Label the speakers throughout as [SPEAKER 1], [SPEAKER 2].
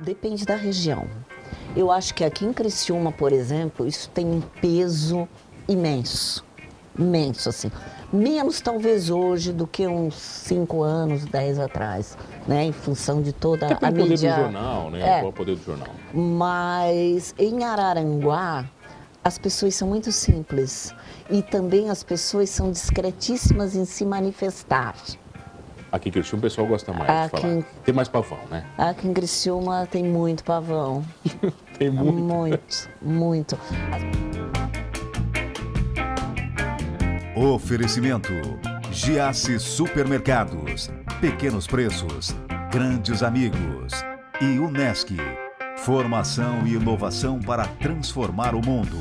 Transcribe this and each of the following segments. [SPEAKER 1] Depende da região. Eu acho que aqui em Criciúma, por exemplo, isso tem um peso imenso. Imenso, assim. Menos talvez hoje do que uns 5 anos, 10 atrás, né? Em função de toda
[SPEAKER 2] Até
[SPEAKER 1] a
[SPEAKER 2] pelo poder
[SPEAKER 1] mídia.
[SPEAKER 2] do jornal, né?
[SPEAKER 1] É.
[SPEAKER 2] Qual é o poder do jornal?
[SPEAKER 1] Mas em Araranguá, as pessoas são muito simples e também as pessoas são discretíssimas em se manifestar.
[SPEAKER 2] Aqui em Criciúma o pessoal gosta mais de
[SPEAKER 1] Aqui
[SPEAKER 2] falar.
[SPEAKER 1] em-
[SPEAKER 2] Tem mais pavão, né?
[SPEAKER 1] Aqui em Criciúma tem muito pavão,
[SPEAKER 2] Tem muito.
[SPEAKER 1] muito, muito.
[SPEAKER 3] Oferecimento: Giasse Supermercados, Pequenos Preços, Grandes Amigos e Unesc. Formação e inovação para transformar o mundo.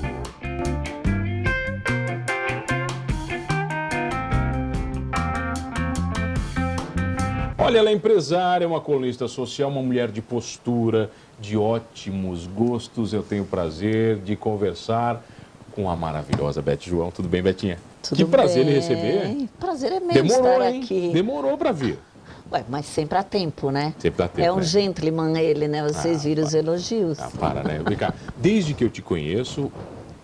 [SPEAKER 2] Olha, ela é empresária, é uma colunista social, uma mulher de postura, de ótimos gostos. Eu tenho o prazer de conversar com a maravilhosa Beth João. Tudo bem, Betinha?
[SPEAKER 1] Tudo
[SPEAKER 2] que prazer
[SPEAKER 1] bem?
[SPEAKER 2] lhe receber.
[SPEAKER 1] Prazer é meu
[SPEAKER 2] Demorou,
[SPEAKER 1] estar
[SPEAKER 2] hein?
[SPEAKER 1] aqui.
[SPEAKER 2] Demorou pra vir.
[SPEAKER 1] Ué, mas sempre há tempo, né?
[SPEAKER 2] Sempre dá tempo,
[SPEAKER 1] É um
[SPEAKER 2] né?
[SPEAKER 1] gentleman ele, né? Vocês
[SPEAKER 2] Ah,
[SPEAKER 1] viram os elogios.
[SPEAKER 2] Ah, para, né? Vem cá. Desde que eu te conheço,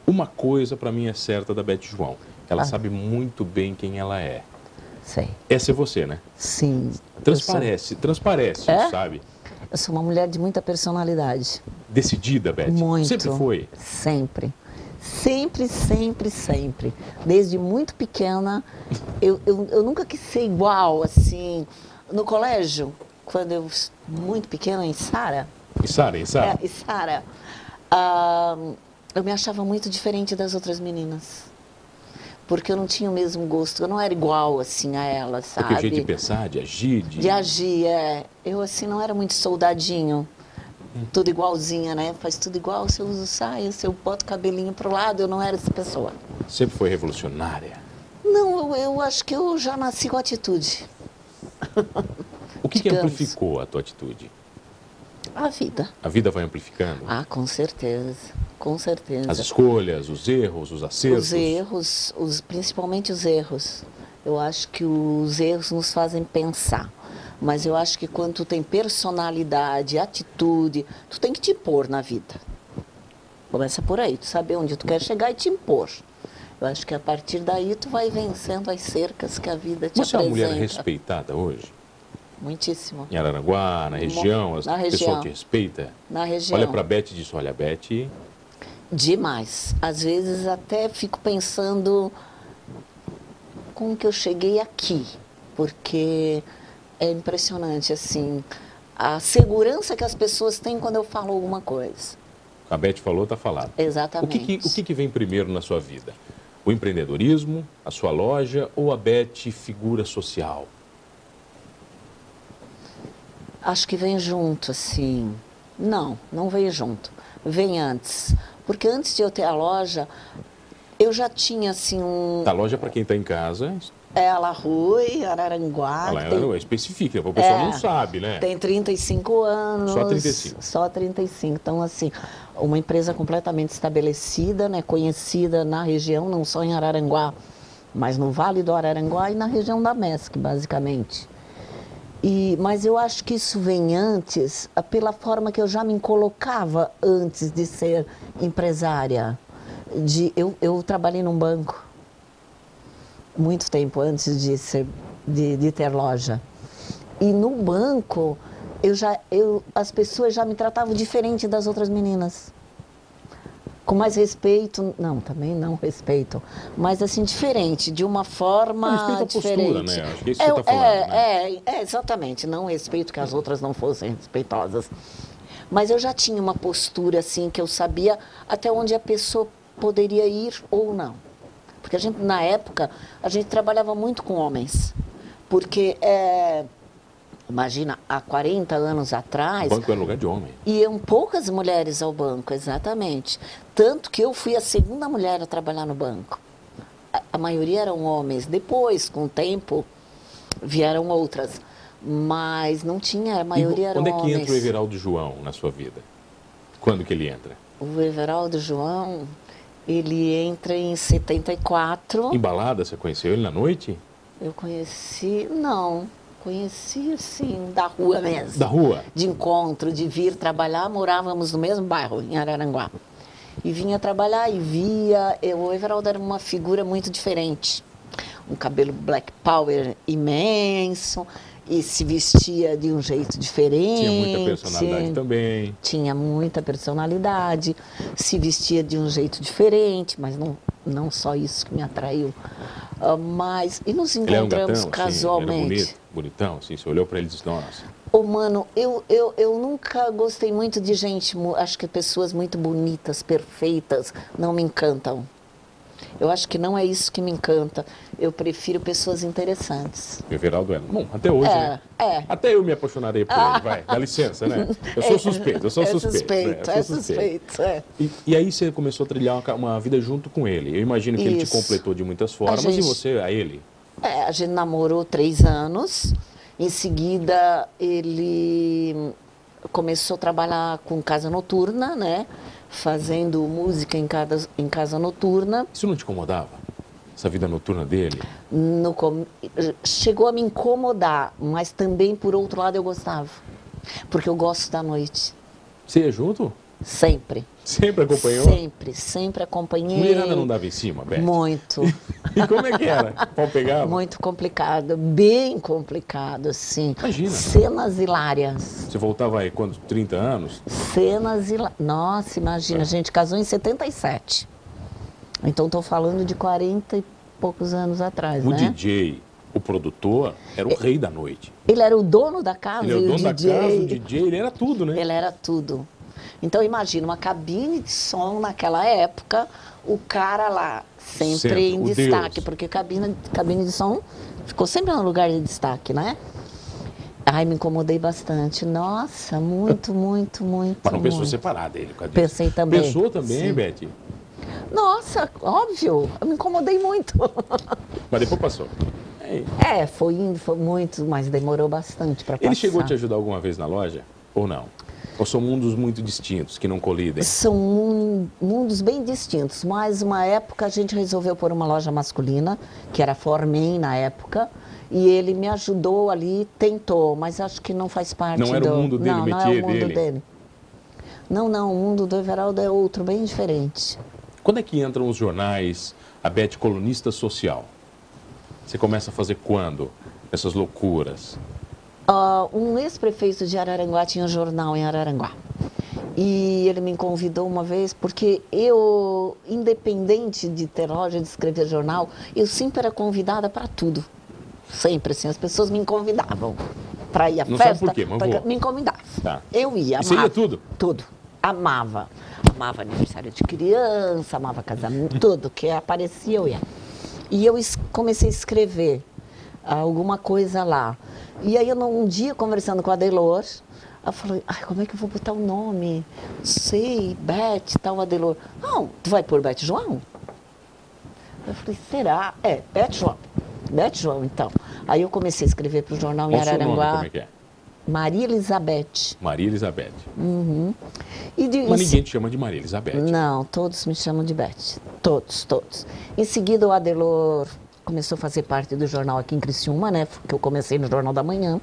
[SPEAKER 2] uma coisa pra mim é certa da Beth João. Ela
[SPEAKER 1] Ah.
[SPEAKER 2] sabe muito bem quem ela é.
[SPEAKER 1] Sei.
[SPEAKER 2] Essa é você, né?
[SPEAKER 1] Sim. eu sou-
[SPEAKER 2] Transparece, transparece,
[SPEAKER 1] É?
[SPEAKER 2] sabe?
[SPEAKER 1] Eu sou uma mulher de muita personalidade.
[SPEAKER 2] Decidida, Beth.
[SPEAKER 1] Muito.
[SPEAKER 2] É, tipo, Sempre foi.
[SPEAKER 1] Sempre. Sempre, sempre, sempre. Desde muito pequena, eu, eu, eu nunca quis ser igual, assim. No colégio, quando eu, muito pequena, em Sara,
[SPEAKER 2] E Sara, e Sara?
[SPEAKER 1] é, e Sara, ah, eu me achava muito diferente das outras meninas. Porque eu não tinha o mesmo gosto, eu não era igual, assim, a elas,
[SPEAKER 2] É
[SPEAKER 1] sabe?
[SPEAKER 2] Porque o jeito de pensar, de agir, de...
[SPEAKER 1] De agir, é. Eu, assim, não era muito soldadinho.
[SPEAKER 2] Hum.
[SPEAKER 1] Tudo igualzinha, né? Faz tudo igual, se eu uso saia, se eu boto o cabelinho pro lado, eu não era essa pessoa.
[SPEAKER 2] Sempre foi revolucionária.
[SPEAKER 1] Não, eu, eu acho que eu já nasci com atitude.
[SPEAKER 2] O que, que
[SPEAKER 1] Digamos.
[SPEAKER 2] amplificou a tua atitude?
[SPEAKER 1] A vida.
[SPEAKER 2] A vida vai amplificando?
[SPEAKER 1] Ah, com certeza. Com certeza.
[SPEAKER 2] As escolhas, os erros, os acertos?
[SPEAKER 1] Os erros, os, principalmente os erros. Eu acho que os erros nos fazem pensar. Mas eu acho que quando tu tem personalidade, atitude, tu tem que te impor na vida. Começa por aí, tu saber onde tu quer chegar e te impor. Eu acho que a partir daí tu vai vencendo as cercas que a vida te
[SPEAKER 2] Você é uma
[SPEAKER 1] apresenta.
[SPEAKER 2] mulher respeitada hoje?
[SPEAKER 1] Muitíssimo.
[SPEAKER 2] Em Araranguá, na região, as
[SPEAKER 1] na
[SPEAKER 2] pessoas
[SPEAKER 1] região.
[SPEAKER 2] te respeita.
[SPEAKER 1] Na região.
[SPEAKER 2] Olha pra Beth e diz, olha, Beth,
[SPEAKER 1] Demais. Às vezes até fico pensando como que eu cheguei aqui, porque é impressionante assim a segurança que as pessoas têm quando eu falo alguma coisa.
[SPEAKER 2] a Beth falou, tá falado. O
[SPEAKER 1] Exatamente.
[SPEAKER 2] que, que- o que que vem primeiro na sua vida? O empreendedorismo, a sua loja ou a Beth figura social?
[SPEAKER 1] Acho que vem junto, assim. Não, não veio junto. Vem antes. Porque antes de eu ter a loja, eu já tinha assim um
[SPEAKER 2] A loja, para quem tá em casa,
[SPEAKER 1] ela Rui, Araranguá,
[SPEAKER 2] ela
[SPEAKER 1] que
[SPEAKER 2] ela
[SPEAKER 1] Ah, tem
[SPEAKER 2] não é especifica, o pessoal
[SPEAKER 1] É.
[SPEAKER 2] não sabe, né?
[SPEAKER 1] Tem 35 anos.
[SPEAKER 2] Só 35.
[SPEAKER 1] Só 35. Então, assim, uma empresa completamente estabelecida, né, conhecida na região, não só em Araranguá, mas no Vale do Araranguá e na região da MESC, basicamente. E, mas eu acho que isso vem antes, ah, pela forma que eu já me colocava antes de ser empresária. De, eu, eu trabalhei num banco muito tempo antes de, ser, de, de ter loja. E no banco, eu já, eu, as pessoas já me tratavam diferente das outras meninas. Com mais respeito, não, também não respeito, mas assim, diferente, de uma forma
[SPEAKER 2] Não, respeito à postura,
[SPEAKER 1] diferente.
[SPEAKER 2] né? Acho que é isso que você tá falando,
[SPEAKER 1] é,
[SPEAKER 2] né?
[SPEAKER 1] é, é, exatamente. Não respeito que as outras não fossem respeitosas. Mas eu já tinha uma postura, assim, que eu sabia até onde a pessoa poderia ir ou não. Porque a gente, na época, a gente trabalhava muito com homens. Porque, é, imagina, há 40 anos
[SPEAKER 2] O
[SPEAKER 1] atrás,
[SPEAKER 2] banco é lugar de homem.
[SPEAKER 1] iam poucas mulheres ao banco, exatamente. Tanto que eu fui a segunda mulher a trabalhar no banco. A, a maioria eram homens. Depois, com o tempo, vieram outras. Mas não tinha, a maioria
[SPEAKER 2] E
[SPEAKER 1] eram
[SPEAKER 2] Quando é que
[SPEAKER 1] homens.
[SPEAKER 2] entra o Everaldo João na sua vida? Quando que ele entra?
[SPEAKER 1] O Everaldo João, ele entra em 74.
[SPEAKER 2] Embalada, você conheceu ele na noite?
[SPEAKER 1] Eu conheci. Não. Conheci, assim, da rua mesmo.
[SPEAKER 2] Da rua?
[SPEAKER 1] De encontro, de vir trabalhar. Morávamos no mesmo bairro, em Araranguá. E vinha trabalhar e via. Eu, o Everaldo era uma figura muito diferente. Um cabelo black power imenso. E se vestia de um jeito diferente.
[SPEAKER 2] Tinha muita personalidade também.
[SPEAKER 1] Tinha muita personalidade. Se vestia de um jeito diferente, mas não, não só isso que me atraiu. Ah, Mas, e nos
[SPEAKER 2] Ele era um
[SPEAKER 1] encontramos
[SPEAKER 2] gatão, assim, ele era
[SPEAKER 1] casualmente.
[SPEAKER 2] bonito, bonitão, assim, você olhou pra ele e disse, nossa,
[SPEAKER 1] Ô, mano, eu, eu, eu nunca gostei muito de gente, mu- acho que pessoas muito bonitas, perfeitas, não me encantam. Eu acho que não é isso que me encanta. Eu prefiro pessoas interessantes.
[SPEAKER 2] o Everaldo era. Bom, até hoje,
[SPEAKER 1] É,
[SPEAKER 2] né?
[SPEAKER 1] é.
[SPEAKER 2] Até eu me apaixonaria por ele, vai, dá licença, né? Eu sou suspeito, eu sou
[SPEAKER 1] é
[SPEAKER 2] suspeito.
[SPEAKER 1] suspeito.
[SPEAKER 2] né?
[SPEAKER 1] É
[SPEAKER 2] Eu sou suspeito.
[SPEAKER 1] suspeito, é.
[SPEAKER 2] E, e aí você começou a trilhar uma, ca- uma vida junto com ele. Eu imagino que ele te
[SPEAKER 1] Isso.
[SPEAKER 2] completou de muitas formas e
[SPEAKER 1] gente-
[SPEAKER 2] você a ele.
[SPEAKER 1] É, a gente namorou três anos. Em seguida, ele começou a trabalhar com casa noturna, né? Fazendo música em casa, em casa noturna.
[SPEAKER 2] Isso não te incomodava? Essa vida noturna dele?
[SPEAKER 1] No com- chegou a me incomodar, mas também, por outro lado, eu gostava. Porque eu gosto da noite.
[SPEAKER 2] Você ia junto?
[SPEAKER 1] Sempre.
[SPEAKER 2] Sempre acompanhou?
[SPEAKER 1] Sempre, sempre acompanhei.
[SPEAKER 2] Mulherada não dava em cima, Beth?
[SPEAKER 1] Muito,
[SPEAKER 2] E como é que era? Pau pegava?
[SPEAKER 1] muito complicado, bem complicado, assim.
[SPEAKER 2] Imagina.
[SPEAKER 1] Cenas hilárias.
[SPEAKER 2] Você voltava aí quando? 30 anos?
[SPEAKER 1] Cenas e. la- Nossa, imagina,
[SPEAKER 2] É.
[SPEAKER 1] a gente casou em 77. Então estou falando de 40 e poucos anos atrás,
[SPEAKER 2] O
[SPEAKER 1] né? É.
[SPEAKER 2] DJ, o produtor, era o rei da noite.
[SPEAKER 1] Ele era o dono da casa
[SPEAKER 2] Ele era o
[SPEAKER 1] e
[SPEAKER 2] dono da
[SPEAKER 1] DJ.
[SPEAKER 2] casa, o DJ, ele era tudo, né?
[SPEAKER 1] Ele era tudo. Então imagina, uma cabine de som naquela época, o cara lá, sempre
[SPEAKER 2] Sempre,
[SPEAKER 1] em
[SPEAKER 2] o
[SPEAKER 1] destaque,
[SPEAKER 2] Deus.
[SPEAKER 1] porque cabine, cabine de som ficou sempre no lugar de destaque, né? Ai, me incomodei bastante. Nossa, muito, muito, muito.
[SPEAKER 2] Mas não pensou
[SPEAKER 1] muito.
[SPEAKER 2] separar dele. por causa
[SPEAKER 1] Pensei
[SPEAKER 2] disso.
[SPEAKER 1] também.
[SPEAKER 2] Pensou também,
[SPEAKER 1] Sim.
[SPEAKER 2] Beth?
[SPEAKER 1] Nossa, óbvio, eu me incomodei muito.
[SPEAKER 2] Mas depois passou.
[SPEAKER 1] é, foi indo, foi muito, mas demorou bastante para passar.
[SPEAKER 2] Ele chegou a te ajudar alguma vez na loja? Ou não? Ou são mundos muito distintos, que não colidem?
[SPEAKER 1] São mun- mundos bem distintos, mas uma época a gente resolveu pôr uma loja masculina, que era Formen na época, e ele me ajudou ali, tentou, mas acho que não faz parte
[SPEAKER 2] Não era o
[SPEAKER 1] do-
[SPEAKER 2] mundo dele,
[SPEAKER 1] não,
[SPEAKER 2] o
[SPEAKER 1] não é o
[SPEAKER 2] métier
[SPEAKER 1] mundo
[SPEAKER 2] dele.
[SPEAKER 1] Não, não, o mundo do Everaldo é outro, bem diferente.
[SPEAKER 2] Quando é que entram os jornais, a Beth colunista social? Você começa a fazer quando? Essas loucuras.
[SPEAKER 1] Ah, um ex-prefeito de Araranguá tinha um jornal em Araranguá. E ele me convidou uma vez, porque eu, independente de ter loja, de escrever jornal, eu sempre era convidada para tudo. Sempre, assim, as pessoas me convidavam para ir à
[SPEAKER 2] Não sabe
[SPEAKER 1] festa.
[SPEAKER 2] por quê, mas
[SPEAKER 1] pra-
[SPEAKER 2] vou.
[SPEAKER 1] Me convidavam.
[SPEAKER 2] Tá.
[SPEAKER 1] Eu ia,
[SPEAKER 2] E você ia
[SPEAKER 1] amava.
[SPEAKER 2] tudo?
[SPEAKER 1] Tudo. Amava. Amava aniversário de criança, amava casamento, tudo que aparecia eu ia. E eu es- comecei a escrever alguma coisa lá. E aí, eu, não- um dia, conversando com a Delor, ela falou, ai, como é que eu vou botar o nome? Sei, Beth, tal, Adelor. Não, tu vai pôr Beth João? Eu falei, será? É, Beth João. Beth João, então. Aí eu comecei a escrever para o jornal em
[SPEAKER 2] Qual o seu nome,
[SPEAKER 1] Araranguá.
[SPEAKER 2] como é que é?
[SPEAKER 1] Maria Elizabeth.
[SPEAKER 2] Maria Elizabeth.
[SPEAKER 1] E de,
[SPEAKER 2] Mas ninguém te chama de Maria Elizabeth.
[SPEAKER 1] Não, todos me chamam de Beth. Todos, todos. Em seguida, o Adelor começou a fazer parte do jornal aqui em Criciúma, né? Que eu comecei no Jornal da Manhã.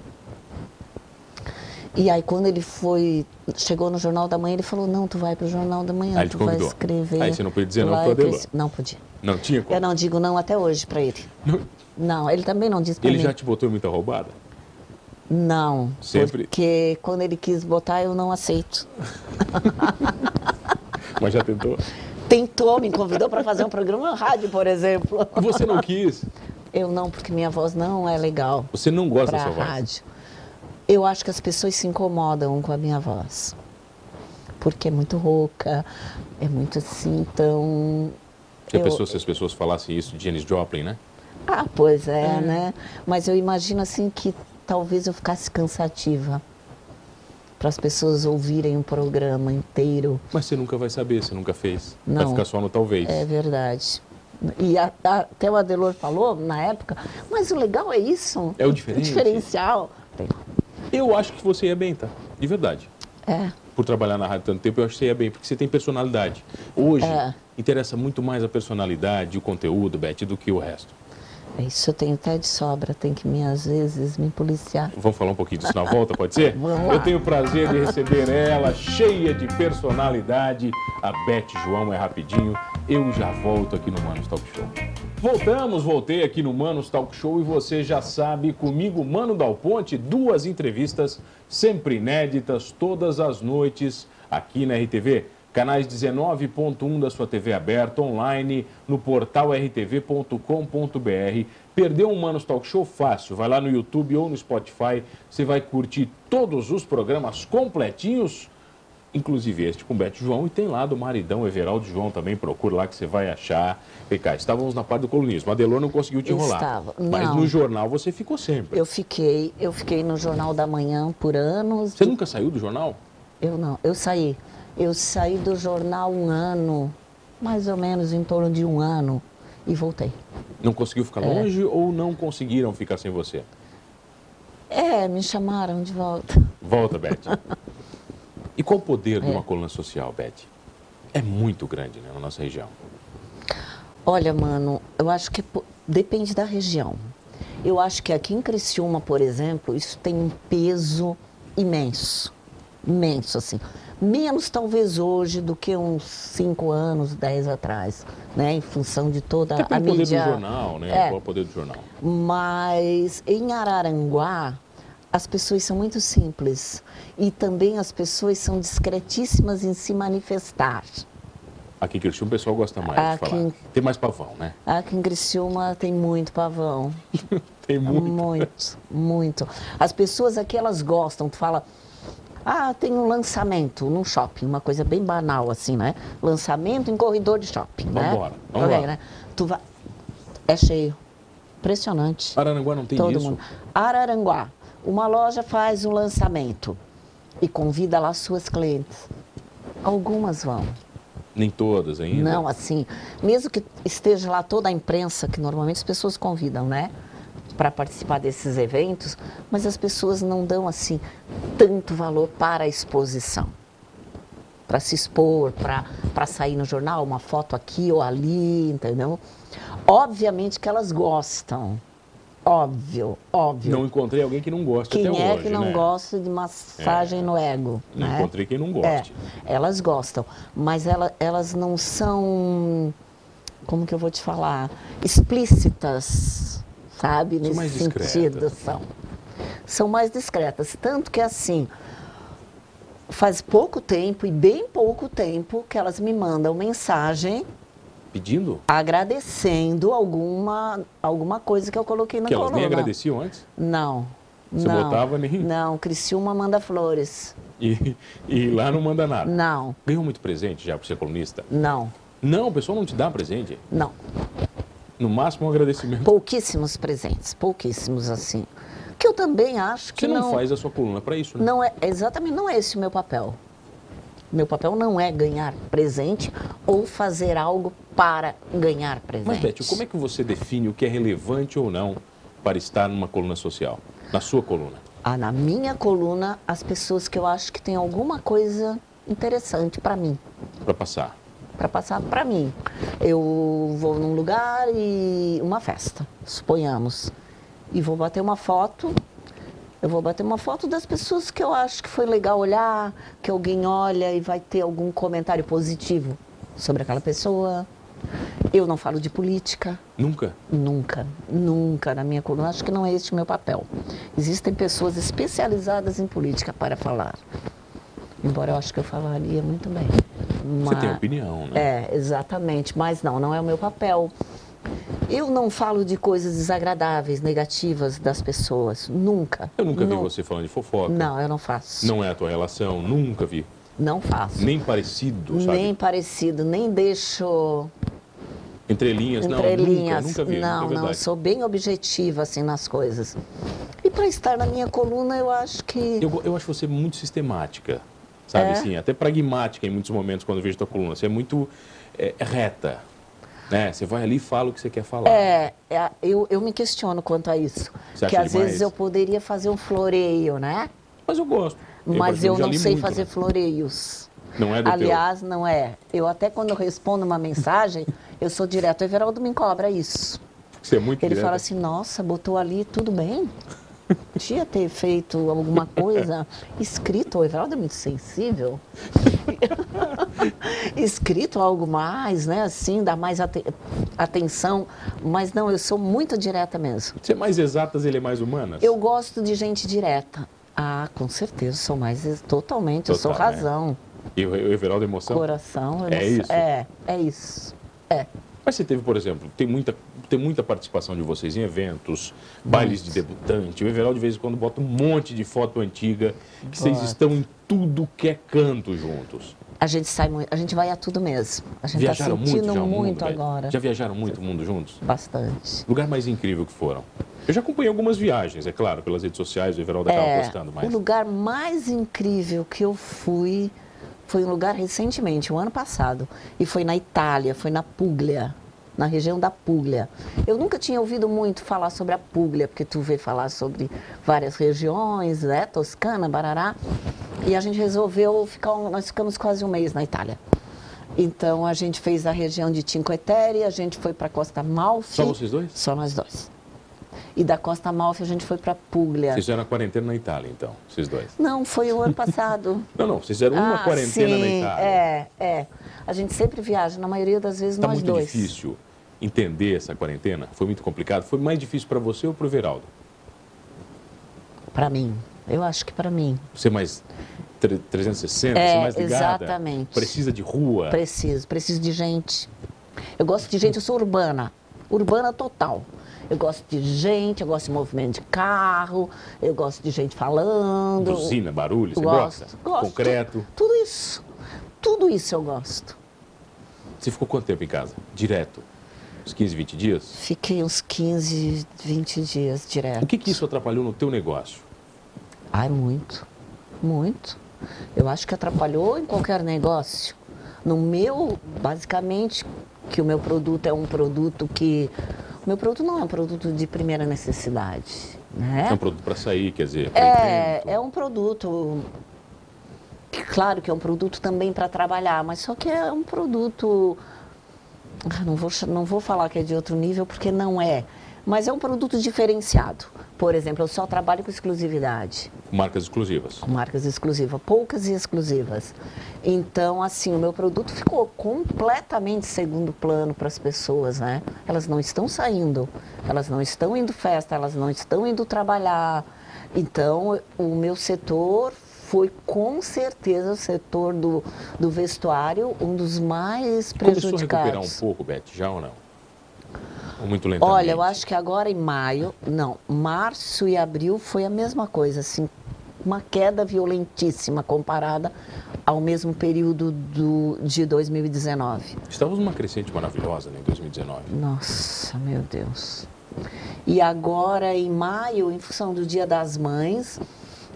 [SPEAKER 1] E aí, quando ele foi, chegou no Jornal da Manhã, ele falou: Não, tu vai pro Jornal da Manhã,
[SPEAKER 2] Aí ele
[SPEAKER 1] tu
[SPEAKER 2] te
[SPEAKER 1] vai
[SPEAKER 2] convidou.
[SPEAKER 1] escrever.
[SPEAKER 2] Aí você não podia dizer não
[SPEAKER 1] lá
[SPEAKER 2] pro
[SPEAKER 1] em
[SPEAKER 2] Adelor.
[SPEAKER 1] Crici- Não podia.
[SPEAKER 2] Não tinha como.
[SPEAKER 1] Eu não digo não até hoje pra ele. Não, ele também não disse pra
[SPEAKER 2] Ele
[SPEAKER 1] mim.
[SPEAKER 2] já te botou em muita roubada?
[SPEAKER 1] Não,
[SPEAKER 2] Sempre.
[SPEAKER 1] porque quando ele quis botar, eu não aceito.
[SPEAKER 2] Mas já tentou?
[SPEAKER 1] Tentou, me convidou para fazer um programa no rádio, por exemplo.
[SPEAKER 2] Você não quis.
[SPEAKER 1] Eu não, porque minha voz não é legal
[SPEAKER 2] Você não gosta
[SPEAKER 1] para
[SPEAKER 2] dessa voz.
[SPEAKER 1] rádio. Eu acho que as pessoas se incomodam com a minha voz. Porque é muito rouca, é muito assim, então.
[SPEAKER 2] Se, a
[SPEAKER 1] eu-
[SPEAKER 2] pessoa- se as pessoas falassem isso de Janis Joplin, né?
[SPEAKER 1] Ah, pois é, né? Mas eu imagino assim que talvez eu ficasse cansativa para as pessoas ouvirem um programa inteiro.
[SPEAKER 2] Mas você nunca vai saber, você nunca fez. Vai
[SPEAKER 1] Não.
[SPEAKER 2] ficar só no talvez.
[SPEAKER 1] É verdade. E a- a- até o Adelor falou na época, mas o legal é isso.
[SPEAKER 2] É o diferente."
[SPEAKER 1] diferencial.
[SPEAKER 2] Eu acho que você ia bem, tá? De verdade.
[SPEAKER 1] É.
[SPEAKER 2] Por trabalhar na rádio tanto tempo, eu acho que você ia bem, porque você tem personalidade. Hoje,
[SPEAKER 1] É.
[SPEAKER 2] interessa muito mais a personalidade, o conteúdo, Beth, do que o resto.
[SPEAKER 1] É Isso eu tenho até de sobra, tem que me, às vezes, me policiar.
[SPEAKER 2] Vamos falar um pouquinho disso na volta, pode ser?
[SPEAKER 1] Vamos lá.
[SPEAKER 2] Eu tenho o prazer de receber ela, cheia de personalidade, a Beth João é rapidinho. Eu já volto aqui no Manos Talk Show. Voltamos, voltei aqui no Manos Talk Show e você já sabe, comigo, Mano Dal Ponte, duas entrevistas sempre inéditas, todas as noites, aqui na RTV. Canais 19.1 da sua TV aberta, online, no portal rtv.com.br. Perdeu um Manos Talk Show fácil, vai lá no YouTube ou no Spotify, você vai curtir todos os programas completinhos, inclusive este com Beto João, e tem lá do maridão Everaldo João também, procura lá que você vai achar. E cá, estávamos na parte do colunismo, Adelor não conseguiu te enrolar,
[SPEAKER 1] Estava,
[SPEAKER 2] mas
[SPEAKER 1] não.
[SPEAKER 2] no jornal você ficou sempre.
[SPEAKER 1] Eu fiquei, eu fiquei no Jornal da Manhã por anos.
[SPEAKER 2] Você nunca saiu do jornal?
[SPEAKER 1] Eu não, eu saí. Eu saí do jornal um ano, mais ou menos em torno de um ano, e voltei.
[SPEAKER 2] Não conseguiu ficar longe ou não conseguiram ficar sem você?
[SPEAKER 1] É, me chamaram de volta.
[SPEAKER 2] Volta, Beth. E qual o poder
[SPEAKER 1] É.
[SPEAKER 2] de uma coluna social, Beth? É muito grande né, na nossa região.
[SPEAKER 1] Olha, mano, eu acho que é po- depende da região. Eu acho que aqui em Criciúma, por exemplo, isso tem um peso imenso. Imenso, assim. Menos, talvez, hoje do que uns 5 anos, 10 atrás, né? Em função de toda
[SPEAKER 2] Até
[SPEAKER 1] a
[SPEAKER 2] É pelo poder do
[SPEAKER 1] mídia.
[SPEAKER 2] jornal, né?
[SPEAKER 1] É.
[SPEAKER 2] Qual o poder do jornal?
[SPEAKER 1] Mas em Araranguá, as pessoas são muito simples. E também as pessoas são discretíssimas em se manifestar.
[SPEAKER 2] Aqui em Criciúma o pessoal gosta mais
[SPEAKER 1] Aqui
[SPEAKER 2] de falar.
[SPEAKER 1] em-
[SPEAKER 2] Tem mais pavão, né?
[SPEAKER 1] Aqui em Criciúma tem muito pavão.
[SPEAKER 2] Tem
[SPEAKER 1] Hum,
[SPEAKER 2] muito.
[SPEAKER 1] Muito, muito. As pessoas aqui, elas gostam. Tu fala, ah, tem um lançamento num shopping, uma coisa bem banal assim, né? Lançamento em corredor de shopping, né?
[SPEAKER 2] Vambora, vambora.
[SPEAKER 1] Ok, né? Tu vai... É cheio. Impressionante.
[SPEAKER 2] Paranaguá não Ah, tem
[SPEAKER 1] Todo
[SPEAKER 2] isso?
[SPEAKER 1] mundo. Araranguá, uma loja faz um lançamento e convida lá suas clientes. Algumas vão.
[SPEAKER 2] Nem todas ainda.
[SPEAKER 1] Não, assim, mesmo que esteja lá toda a imprensa, que normalmente as pessoas convidam, né? Para participar desses eventos, mas as pessoas não dão, assim, tanto valor para a exposição. Para se expor, para sair no jornal, uma foto aqui ou ali, entendeu? Obviamente que elas gostam. Óbvio, óbvio.
[SPEAKER 2] Não encontrei alguém que não goste
[SPEAKER 1] Quem
[SPEAKER 2] até
[SPEAKER 1] é
[SPEAKER 2] hoje,
[SPEAKER 1] que não
[SPEAKER 2] né? É,
[SPEAKER 1] gosta de massagem no ego?
[SPEAKER 2] Não
[SPEAKER 1] né?
[SPEAKER 2] encontrei quem não goste.
[SPEAKER 1] É, elas gostam, mas ela- elas não são, como que eu vou te falar, explícitas, sabe? Nesse
[SPEAKER 2] mais discretas. né?
[SPEAKER 1] sentido, são. São mais discretas. Tanto que assim, faz pouco tempo, e bem pouco tempo, que elas me mandam mensagem É.
[SPEAKER 2] Pedindo?
[SPEAKER 1] agradecendo alguma, alguma coisa que eu coloquei na
[SPEAKER 2] que elas
[SPEAKER 1] coluna.
[SPEAKER 2] nem agradeciam antes?
[SPEAKER 1] Não.
[SPEAKER 2] Você
[SPEAKER 1] não,
[SPEAKER 2] botava nem-
[SPEAKER 1] Não, Criciúma manda flores.
[SPEAKER 2] E, e lá não manda nada.
[SPEAKER 1] Não,
[SPEAKER 2] Ganhou muito presente já por ser colunista?
[SPEAKER 1] não,
[SPEAKER 2] Não, o pessoal não te dá presente.
[SPEAKER 1] não.
[SPEAKER 2] No máximo um agradecimento.
[SPEAKER 1] Pouquíssimos presentes, pouquíssimos assim. Que eu também acho que
[SPEAKER 2] Você não, faz a sua coluna para isso, né?
[SPEAKER 1] não é exatamente não é esse o meu papel. Meu papel não é ganhar presente ou fazer algo para ganhar presente.
[SPEAKER 2] Mas, Beth, como é que você define o que é relevante ou não para estar numa coluna social? Na sua coluna?
[SPEAKER 1] Ah, na minha coluna as pessoas que eu acho que têm alguma coisa interessante para mim.
[SPEAKER 2] Para passar.
[SPEAKER 1] para passar para mim. Eu vou num lugar e uma festa, suponhamos, e vou bater uma foto. Eu vou bater uma foto das pessoas que eu acho que foi legal olhar, que alguém olha e vai ter algum comentário positivo sobre aquela pessoa. Eu não falo de política,
[SPEAKER 2] Nunca?
[SPEAKER 1] nunca, nunca na minha coluna. Acho que não é este o meu papel. Existem pessoas especializadas em política para falar. Embora eu acho que eu falaria muito bem.
[SPEAKER 2] Você tem
[SPEAKER 1] Mas-
[SPEAKER 2] opinião, né?
[SPEAKER 1] é, exatamente. Mas não, não é o meu papel. Eu não falo de coisas desagradáveis, negativas das pessoas. Nunca.
[SPEAKER 2] Eu nunca vi
[SPEAKER 1] Nu-
[SPEAKER 2] você falando de fofoca.
[SPEAKER 1] Não, eu não faço.
[SPEAKER 2] Não é a tua relação, nunca vi.
[SPEAKER 1] Não faço.
[SPEAKER 2] Nem parecido, sabe?
[SPEAKER 1] Nem parecido, nem deixo
[SPEAKER 2] Entre linhas, não.
[SPEAKER 1] entre linhas.
[SPEAKER 2] Nunca, nunca vi.
[SPEAKER 1] não,
[SPEAKER 2] nunca é
[SPEAKER 1] não, eu
[SPEAKER 2] verdade.
[SPEAKER 1] sou bem objetiva assim nas coisas. E para estar na minha coluna, eu acho que
[SPEAKER 2] Eu, go- eu acho você muito sistemática, sabe?
[SPEAKER 1] É?
[SPEAKER 2] Assim, até pragmática em muitos momentos quando eu vejo tua coluna. Você é muito é, reta. Né? Você vai ali e fala o que você quer falar.
[SPEAKER 1] É, é, eu, eu me questiono quanto a isso.
[SPEAKER 2] Você
[SPEAKER 1] que
[SPEAKER 2] acha
[SPEAKER 1] às
[SPEAKER 2] demais?
[SPEAKER 1] vezes eu poderia fazer um floreio, né?
[SPEAKER 2] Mas eu gosto.
[SPEAKER 1] Mas
[SPEAKER 2] por exemplo,
[SPEAKER 1] eu
[SPEAKER 2] já
[SPEAKER 1] não
[SPEAKER 2] li
[SPEAKER 1] sei
[SPEAKER 2] muito,
[SPEAKER 1] fazer
[SPEAKER 2] né?
[SPEAKER 1] floreios.
[SPEAKER 2] Não é do
[SPEAKER 1] Aliás, não é. Eu até quando eu respondo uma mensagem, eu sou direto. O Everaldo me cobra isso.
[SPEAKER 2] teu. Você é muito
[SPEAKER 1] Ele
[SPEAKER 2] direta.
[SPEAKER 1] fala assim, nossa, botou ali, tudo bem? Tinha ter feito alguma coisa escrito, o Everaldo é muito sensível. escrito algo mais, né? Assim, dar mais ate- atenção. Mas não, eu sou muito direta mesmo.
[SPEAKER 2] Você é mais exatas, ele é mais humanas?
[SPEAKER 1] Eu gosto de gente direta. Ah, com certeza, sou mais ex- totalmente, eu sou
[SPEAKER 2] Total, né?
[SPEAKER 1] razão,
[SPEAKER 2] E o o Everaldo é emoção?
[SPEAKER 1] coração.
[SPEAKER 2] É
[SPEAKER 1] emoção.
[SPEAKER 2] isso?
[SPEAKER 1] É, é isso. É.
[SPEAKER 2] Mas você teve, por exemplo, tem muita, tem muita participação de vocês em eventos, bailes de debutante. O Everaldo, de vez em quando, bota um monte de foto antiga. Que vocês
[SPEAKER 1] Bota.
[SPEAKER 2] estão em tudo que é canto juntos.
[SPEAKER 1] A gente sai muito, a gente vai a tudo mesmo. A gente está
[SPEAKER 2] Viajaram muito
[SPEAKER 1] tá sentindo
[SPEAKER 2] já o mundo,
[SPEAKER 1] muito
[SPEAKER 2] velho?
[SPEAKER 1] agora.
[SPEAKER 2] Já viajaram muito o mundo juntos?
[SPEAKER 1] Bastante.
[SPEAKER 2] Lugar mais incrível que foram. Eu já acompanhei algumas viagens, é claro, pelas redes sociais, o Everaldo acaba
[SPEAKER 1] É,
[SPEAKER 2] postando, mas...
[SPEAKER 1] O lugar mais incrível que eu fui foi um lugar recentemente, um ano passado. E foi na Itália, foi na Puglia, na região da Puglia. Eu nunca tinha ouvido muito falar sobre a Puglia, porque tu vê falar sobre várias regiões, né? Toscana, Barará. E a gente resolveu ficar, um- nós ficamos quase um mês na Itália. Então a gente fez a região de Cinque Terre, a gente foi para Costa Malfi.
[SPEAKER 2] Só vocês dois?
[SPEAKER 1] Só nós dois. E da Costa Malfi a gente foi para Puglia.
[SPEAKER 2] Vocês fizeram a quarentena na Itália, então, vocês dois.
[SPEAKER 1] Não, foi o ano passado.
[SPEAKER 2] Não, não, vocês fizeram uma
[SPEAKER 1] Ah,
[SPEAKER 2] quarentena na
[SPEAKER 1] sim,
[SPEAKER 2] Itália.
[SPEAKER 1] É, é. A gente sempre viaja, na maioria das vezes
[SPEAKER 2] Tá
[SPEAKER 1] nós
[SPEAKER 2] muito
[SPEAKER 1] dois.
[SPEAKER 2] difícil entender essa quarentena? Foi muito complicado? Foi mais difícil para você ou para o Veraldo?
[SPEAKER 1] Para mim. Eu acho que para mim.
[SPEAKER 2] Você é mais tre- 360,
[SPEAKER 1] É,
[SPEAKER 2] você é mais ligada?
[SPEAKER 1] exatamente.
[SPEAKER 2] Precisa de rua?
[SPEAKER 1] Preciso, preciso de gente. Eu gosto de gente, eu sou urbana. Urbana total. Eu gosto de gente, eu gosto de movimento de carro, eu gosto de gente falando.
[SPEAKER 2] Buzina, barulho, você
[SPEAKER 1] gosto,
[SPEAKER 2] gosta?
[SPEAKER 1] gosto.
[SPEAKER 2] Concreto.
[SPEAKER 1] Tudo isso. Tudo isso eu gosto.
[SPEAKER 2] Você ficou quanto tempo em casa? Direto? Uns 15, 20 dias?
[SPEAKER 1] Fiquei uns 15, 20 dias direto.
[SPEAKER 2] O que, que isso atrapalhou no teu negócio?
[SPEAKER 1] Ai, muito. Muito. Eu acho que atrapalhou em qualquer negócio. No meu, basicamente, que o meu produto é um produto que. O meu produto não é um produto de primeira necessidade. Né?
[SPEAKER 2] É um produto para sair, quer dizer, pra
[SPEAKER 1] É,
[SPEAKER 2] evento.
[SPEAKER 1] é um produto. que, Claro que é um produto também para trabalhar, mas só que é um produto. Ah, Não vou, cha- não vou falar que é de outro nível, porque não é. Mas é um produto diferenciado. Por exemplo, eu só trabalho com exclusividade,
[SPEAKER 2] Com marcas exclusivas.
[SPEAKER 1] com marcas exclusivas, poucas e exclusivas. Então, assim, o meu produto ficou completamente segundo plano para as pessoas, né? Elas não estão saindo, elas não estão indo festa, elas não estão indo trabalhar. Então, o meu setor foi com certeza o setor do, do vestuário um dos mais
[SPEAKER 2] Começou a recuperar um
[SPEAKER 1] prejudicados.
[SPEAKER 2] pouco, Beth, já ou não? Ou muito lentamente?
[SPEAKER 1] Olha, eu acho que agora em maio, não, março e abril foi a mesma coisa, assim, uma queda violentíssima comparada ao mesmo período do, de 2019.
[SPEAKER 2] Estávamos numa crescente maravilhosa né, em 2019.
[SPEAKER 1] Nossa, meu Deus. E agora em maio, em função do Dia das Mães,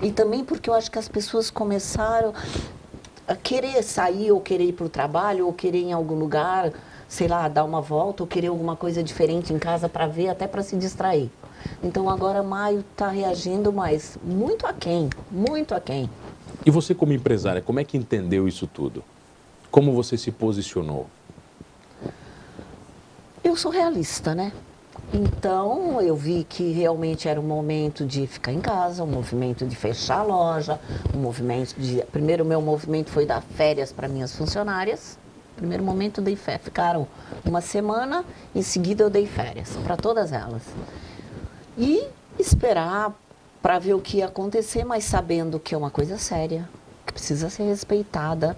[SPEAKER 1] e também porque eu acho que as pessoas começaram a querer sair, ou querer ir para o trabalho, ou querer ir em algum lugar, sei lá, dar uma volta, ou querer alguma coisa diferente em casa para ver, até para se distrair. Então agora maio está reagindo, mas muito aquém, muito aquém.
[SPEAKER 2] E você, como empresária, como é que entendeu isso tudo? Como você se posicionou?
[SPEAKER 1] Eu sou realista, né? Então eu vi que realmente era um momento de ficar em casa, um movimento de fechar a loja, um movimento de. Primeiro meu movimento foi dar férias para minhas funcionárias. Primeiro momento eu dei férias. Ficaram uma semana, em seguida eu dei férias para todas elas e esperar para ver o que ia acontecer, mas sabendo que é uma coisa séria, que precisa ser respeitada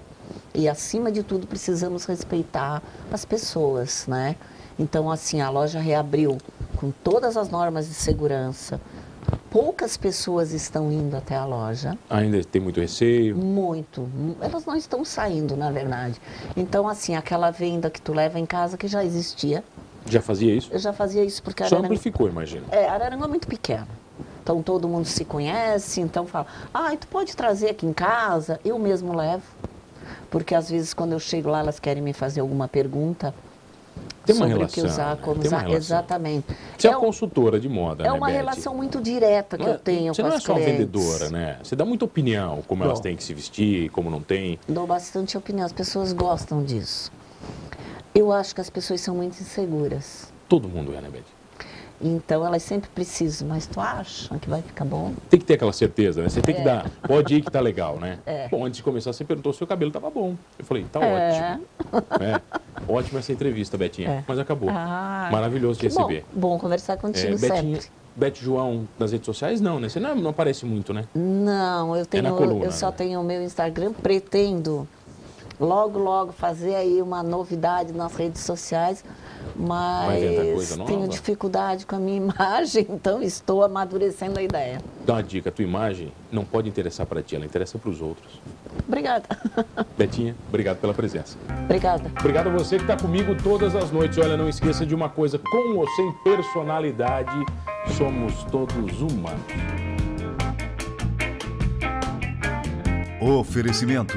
[SPEAKER 1] e acima de tudo precisamos respeitar as pessoas, né? Então assim, a loja reabriu com todas as normas de segurança. Poucas pessoas estão indo até a loja.
[SPEAKER 2] Ainda tem muito receio?
[SPEAKER 1] Muito. Mu- Elas não estão saindo, na verdade. Então, assim, aquela venda que tu leva em casa que já existia,
[SPEAKER 2] Já fazia isso?
[SPEAKER 1] eu já fazia isso porque
[SPEAKER 2] Só
[SPEAKER 1] Ararang-
[SPEAKER 2] amplificou, imagina.
[SPEAKER 1] é, Araranguá é muito pequeno. Então todo mundo se conhece, então fala, ah, tu pode trazer aqui em casa, eu mesmo levo. Porque às vezes quando eu chego lá, elas querem me fazer alguma pergunta
[SPEAKER 2] Tem uma
[SPEAKER 1] sobre o
[SPEAKER 2] relação.
[SPEAKER 1] que usar,
[SPEAKER 2] né?
[SPEAKER 1] como
[SPEAKER 2] Tem uma
[SPEAKER 1] usar.
[SPEAKER 2] relação.
[SPEAKER 1] Exatamente.
[SPEAKER 2] Você é,
[SPEAKER 1] um-
[SPEAKER 2] consultora de moda,
[SPEAKER 1] é
[SPEAKER 2] né,
[SPEAKER 1] uma
[SPEAKER 2] Beth?
[SPEAKER 1] relação muito direta que
[SPEAKER 2] Não é-
[SPEAKER 1] eu tenho
[SPEAKER 2] Você
[SPEAKER 1] com
[SPEAKER 2] não é
[SPEAKER 1] as
[SPEAKER 2] só
[SPEAKER 1] clientes.
[SPEAKER 2] vendedora, né? Você dá muita opinião, como elas
[SPEAKER 1] Dou.
[SPEAKER 2] têm que se vestir, como não tem.
[SPEAKER 1] Dou bastante opinião, as pessoas gostam disso. Eu acho que as pessoas são muito inseguras.
[SPEAKER 2] Todo mundo é, né, Beth?
[SPEAKER 1] Então elas sempre precisam, mas tu acha que vai ficar bom?
[SPEAKER 2] Tem que ter aquela certeza, né? Você
[SPEAKER 1] É.
[SPEAKER 2] tem que dar. Pode ir que tá legal, né? Bom, antes de começar, você perguntou se o cabelo tava bom. Eu falei, tá
[SPEAKER 1] É.
[SPEAKER 2] ótimo. né? Ótima essa entrevista, Betinha.
[SPEAKER 1] É.
[SPEAKER 2] Mas acabou.
[SPEAKER 1] Ah,
[SPEAKER 2] Maravilhoso de
[SPEAKER 1] que bom,
[SPEAKER 2] receber.
[SPEAKER 1] bom conversar
[SPEAKER 2] É,
[SPEAKER 1] contigo
[SPEAKER 2] Betinha,
[SPEAKER 1] sempre.
[SPEAKER 2] Bete João nas redes sociais, não, né? Você não, não aparece muito, né?
[SPEAKER 1] Não, eu tenho,
[SPEAKER 2] coluna,
[SPEAKER 1] eu só
[SPEAKER 2] né?
[SPEAKER 1] tenho o meu Instagram, pretendo logo, logo fazer aí uma novidade nas redes sociais,
[SPEAKER 2] inventar
[SPEAKER 1] mas
[SPEAKER 2] coisa
[SPEAKER 1] tenho
[SPEAKER 2] nova?
[SPEAKER 1] dificuldade com a minha imagem, então estou amadurecendo a ideia.
[SPEAKER 2] Dá uma dica, a tua imagem não pode interessar pra ti, ela interessa pros outros.
[SPEAKER 1] Obrigada.
[SPEAKER 2] Betinha, obrigado pela presença.
[SPEAKER 1] Obrigada.
[SPEAKER 2] Obrigado a você que está comigo todas as noites. Olha, não esqueça de uma coisa: com ou sem personalidade, somos todos humanos.
[SPEAKER 3] Oferecimento: